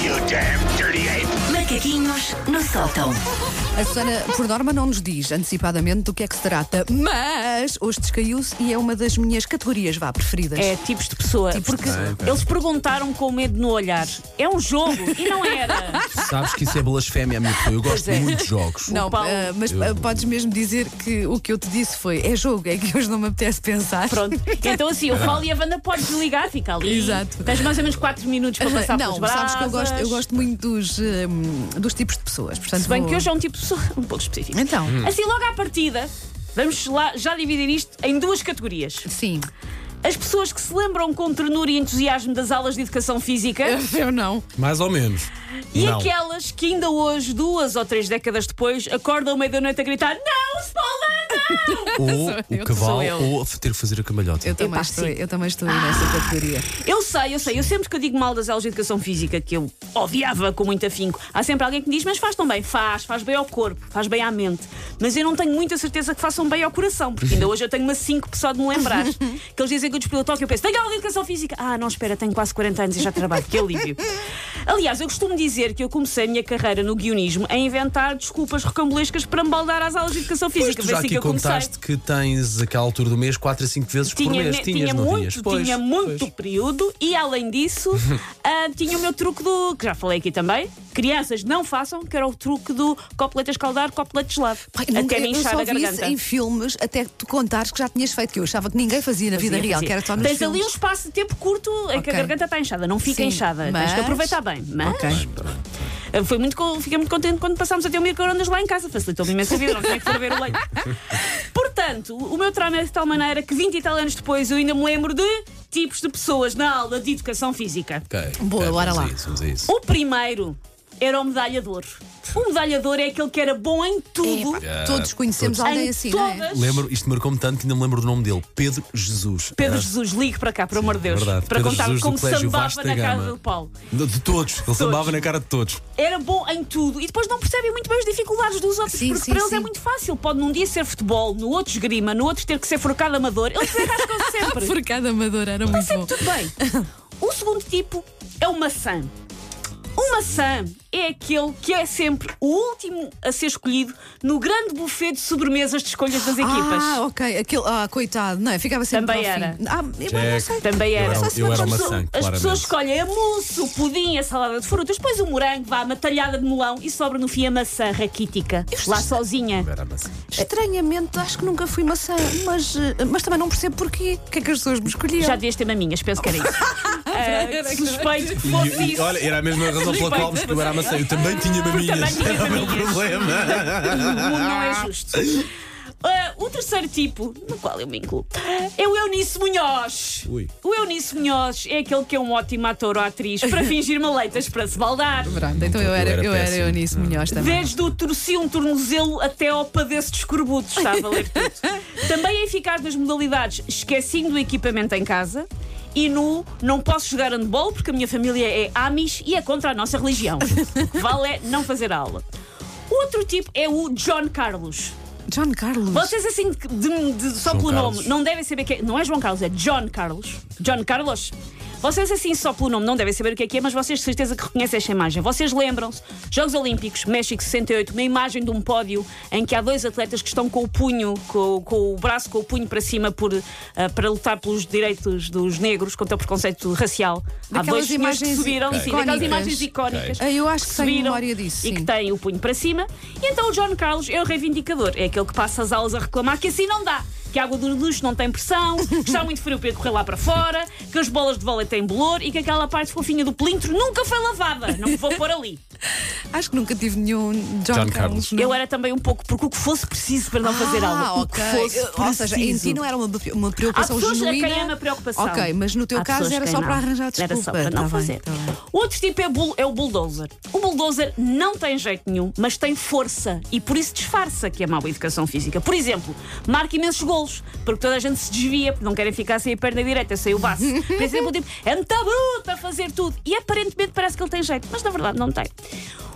you damn dirty ape! Macaquinhos no sótão. A Susana, por norma, não nos diz antecipadamente do que é que se trata, mas hoje descaiu-se e é uma das minhas categorias, vá, preferidas. É, tipos de pessoa. porque pessoa. eles perguntaram com medo no olhar. É um jogo e não era. Sabes que isso é blasfémia, amigo. Eu gosto Pois é. muito de jogos. Não, Paulo. ah, mas Eu- ah, podes mesmo dizer que o que eu te disse foi é jogo, é que hoje não me apetece pensar. Pronto. Então assim, o Paulo e a Wanda podes desligar, fica ali. Exato. Tens mais ou menos 4 minutos para passar não, pelas brasas. sabes que eu gosto, eu gosto muito dos, hum, dos tipos de pessoas. Portanto, Se bem vou- que hoje é um tipo de pessoa um pouco específico. Então, Assim, logo à partida, vamos lá já dividir isto em duas categorias. sim. As pessoas que se lembram com ternura e entusiasmo das aulas de educação física Eu não. Mais ou menos. e não. aquelas que ainda hoje, duas ou três décadas depois, acordam meia-noite a gritar Não, Spalding! Ou eu, o sou cavalo, eu. ou ter que fazer a camalhota. Eu também, Epá, estou, sim. eu também estou aí nessa categoria. Eu sei, eu sei. Eu sempre que eu digo mal das aulas de educação física, que eu odiava com muito afinco, há sempre alguém que me diz, mas faz tão bem. Faz, faz bem ao corpo, faz bem à mente. Mas eu não tenho muita certeza que façam bem ao coração, porque ainda hoje eu tenho uma síncope só de me lembrar. que eles dizem que eu despedi o toque e eu penso, tenho aula de educação física. Ah, não, espera, tenho quase 40 anos e já trabalho. Que alívio. Aliás, eu costumo dizer que eu comecei a minha carreira no guionismo a inventar desculpas recambulescas para me baldar às aulas de educação Pois física. tu Foi já assim aqui que eu comecei. contaste que tens aquela altura do mês 4 a 5 vezes por Tinha, mês. ne- Tinhas, tinha não muito, tinhas? Pois, tinha muito pois. período e além disso ah, tinha o meu truque do, que já falei aqui também, crianças não façam, que era o truque do copo de leite a escaldar, copo de leite gelado. Pai, nunca- até me eu inchar só a vi isso garganta. em filmes até tu contares que já tinhas feito, que eu achava que ninguém fazia na vida Fazia, real, fazia. que era só nos Tens filmes. ali um espaço de tempo curto em que Ok. a garganta está inchada, não fica Sim, inchada. mas- Tens que aproveitar bem. Mas Ok. ah, foi muito, co- fiquei muito contente quando passámos a ter um micro-ondas lá em casa, facilitou-me imensa vida, não tinha que ferver o leite. Portanto, o meu trauma é de tal maneira que 20 e tal anos depois eu ainda me lembro de tipos de pessoas na aula de educação física. Ok, Boa, ok, bora vamos lá. a isso, vamos a isso. O primeiro era o medalhador. O medalhador é aquele que era bom em tudo, Epá, É, todos conhecemos alguém em assim, não é? todas. Lembro, isto marcou-me tanto que ainda me lembro do nome dele: Pedro Jesus. Pedro Era- Jesus, ligue para cá, por amor de Deus, é verdade. para Pedro contar Jesus do como Colégio sambava Vasta na Gama. casa do Paulo. De, de todos, ele sambava na cara de todos. Era bom em tudo e depois não percebe muito bem as dificuldades dos outros, Sim, porque sim, para eles sim. é muito fácil. Pode num dia ser futebol, no outro esgrima, no outro ter que ser forcado amador. Eles arrascam sempre. Por cada amador era muito bom. é Tudo bem. O segundo tipo é o maçã. O maçã é aquele que é sempre o último a ser escolhido no grande buffet de sobremesas de escolhas das equipas. Ah, ok. Aquele, ah, coitado. Não, eu ficava sempre Também para o era. fim. Ah, eu não Jack. sei. Também era. Eu era, eu era As uma pessoas- sã, As pessoas escolhem claramente. a mousse, o pudim, a salada de frutas, depois o morango, vá, uma talhada de melão e sobra no fim a maçã raquítica, lá sozinha. Eu era maçã. Estranhamente, acho que nunca fui maçã, mas, eh, mas também não percebo porquê. O que é que as pessoas me escolhiam? Já devias ter maminhas, penso que era isso. Ah, suspeito que fosse E- e, isso. olha, era a mesma razão pela qual me escolheram a maçã. Eu também tinha Também maminhas. tinha Era o meu maminhas. problema. O mundo não é justo. Ah, o terceiro tipo, no qual eu me incluo, é o Eunice Munhoz. Ui. O Eunice Munhoz é aquele que é um ótimo ator ou atriz para fingir maleitas para se baldar. Pronto, então eu eu era, era eu era péssimo. Eunice Munhoz também. Desde o torci um tornozelo até ao padeço de escorbuto, está a valer tudo. Também é eficaz nas modalidades esquecendo o equipamento em casa e no não posso jogar handball porque a minha família é Amish e é contra a nossa religião. O que Vale é não fazer a aula. Outro tipo é o John Carlos. John Carlos. Vocês assim, de- de- só João pelo Carlos. nome, não devem saber que é. Não é João Carlos, é John Carlos. John Carlos. Vocês assim, só pelo nome, não devem saber o que é que é, mas vocês de certeza que reconhecem esta imagem. Vocês lembram-se, Jogos Olímpicos, México 68, uma imagem de um pódio em que há dois atletas que estão com o punho, com, com o braço, com o punho para cima por, ah, para lutar pelos direitos dos negros contra o preconceito racial. há Daquelas dois senhores que imagens subiram, icónicas. sim, daquelas imagens icónicas. Ah, Eu acho que tenho Subiram memória disso. e que sim. tem o punho para cima. E então o John Carlos é o reivindicador, é aquele que passa as aulas a reclamar que assim não dá. Que a água do duche não tem pressão, que está muito frio para ir correr lá para fora, que as bolas de vôlei têm bolor e que aquela parte fofinha do pelintro nunca foi lavada. Não vou pôr ali. Acho que nunca tive nenhum John, John Carlos. Carlos. não. Eu era também um pouco, porque o que fosse preciso para não fazer ah, aula. ok. O que fosse Ou seja, em ti preciso. não era uma, uma Há preocupação pessoas genuína. a quem é uma preocupação. Ok, mas no teu Há caso pessoas era que só não. para arranjar desculpa. Era só para Tá não bem, fazer. tá bem. Outro tipo é, bul- é o bulldozer. O bulldozer não tem jeito nenhum, mas tem força e por isso disfarça que é mau educação física. Por exemplo, marca imensos golos, porque toda a gente se desvia, porque não querem ficar sem a perna direita, sem o baço. Por exemplo, o tipo, é muito bruto a fazer tudo. E aparentemente parece que ele tem jeito, mas na verdade não tem.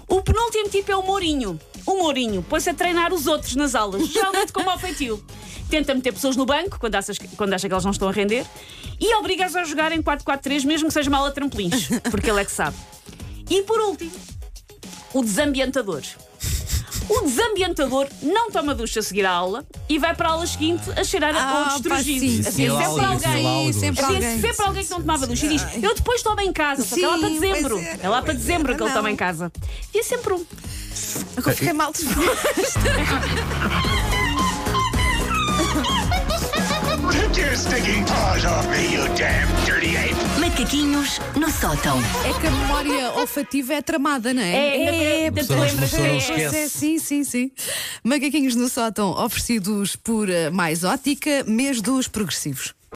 O penúltimo tipo é o Mourinho. O Mourinho põe-se a treinar os outros nas aulas, geralmente com mau feitio. Tenta meter pessoas no banco quando acha, quando acha que elas não estão a render e obriga-as a jogar em 4-4-3, mesmo que seja mal a trampolins, porque ele é que sabe. E por último, o desambientador. O desambientador não toma ducha a seguir à aula e vai para a aula seguinte a cheirar a Ah, outros pá, sim, detergentes. sim, Havia Isso é Assim, sempre algo, isso é alguém. algo. sempre Havia alguém. sempre alguém que não tomava ducha e diz: Eu depois tomo em casa, só que é lá para Sim, dezembro. pois é, É lá para pois é, dezembro que ele não. toma em casa. Havia sempre um. Agora fiquei mal Take your stinking paws off me, you damn dirty ape! Macaquinhos no sótão. É que a memória olfativa é tramada, não é? É, ainda te pessoa- lembras pessoa não é- esquece. Pois é, sim, sim, sim. Macaquinhos no sótão oferecidos por eh, Mais Ótica, mês dos progressivos.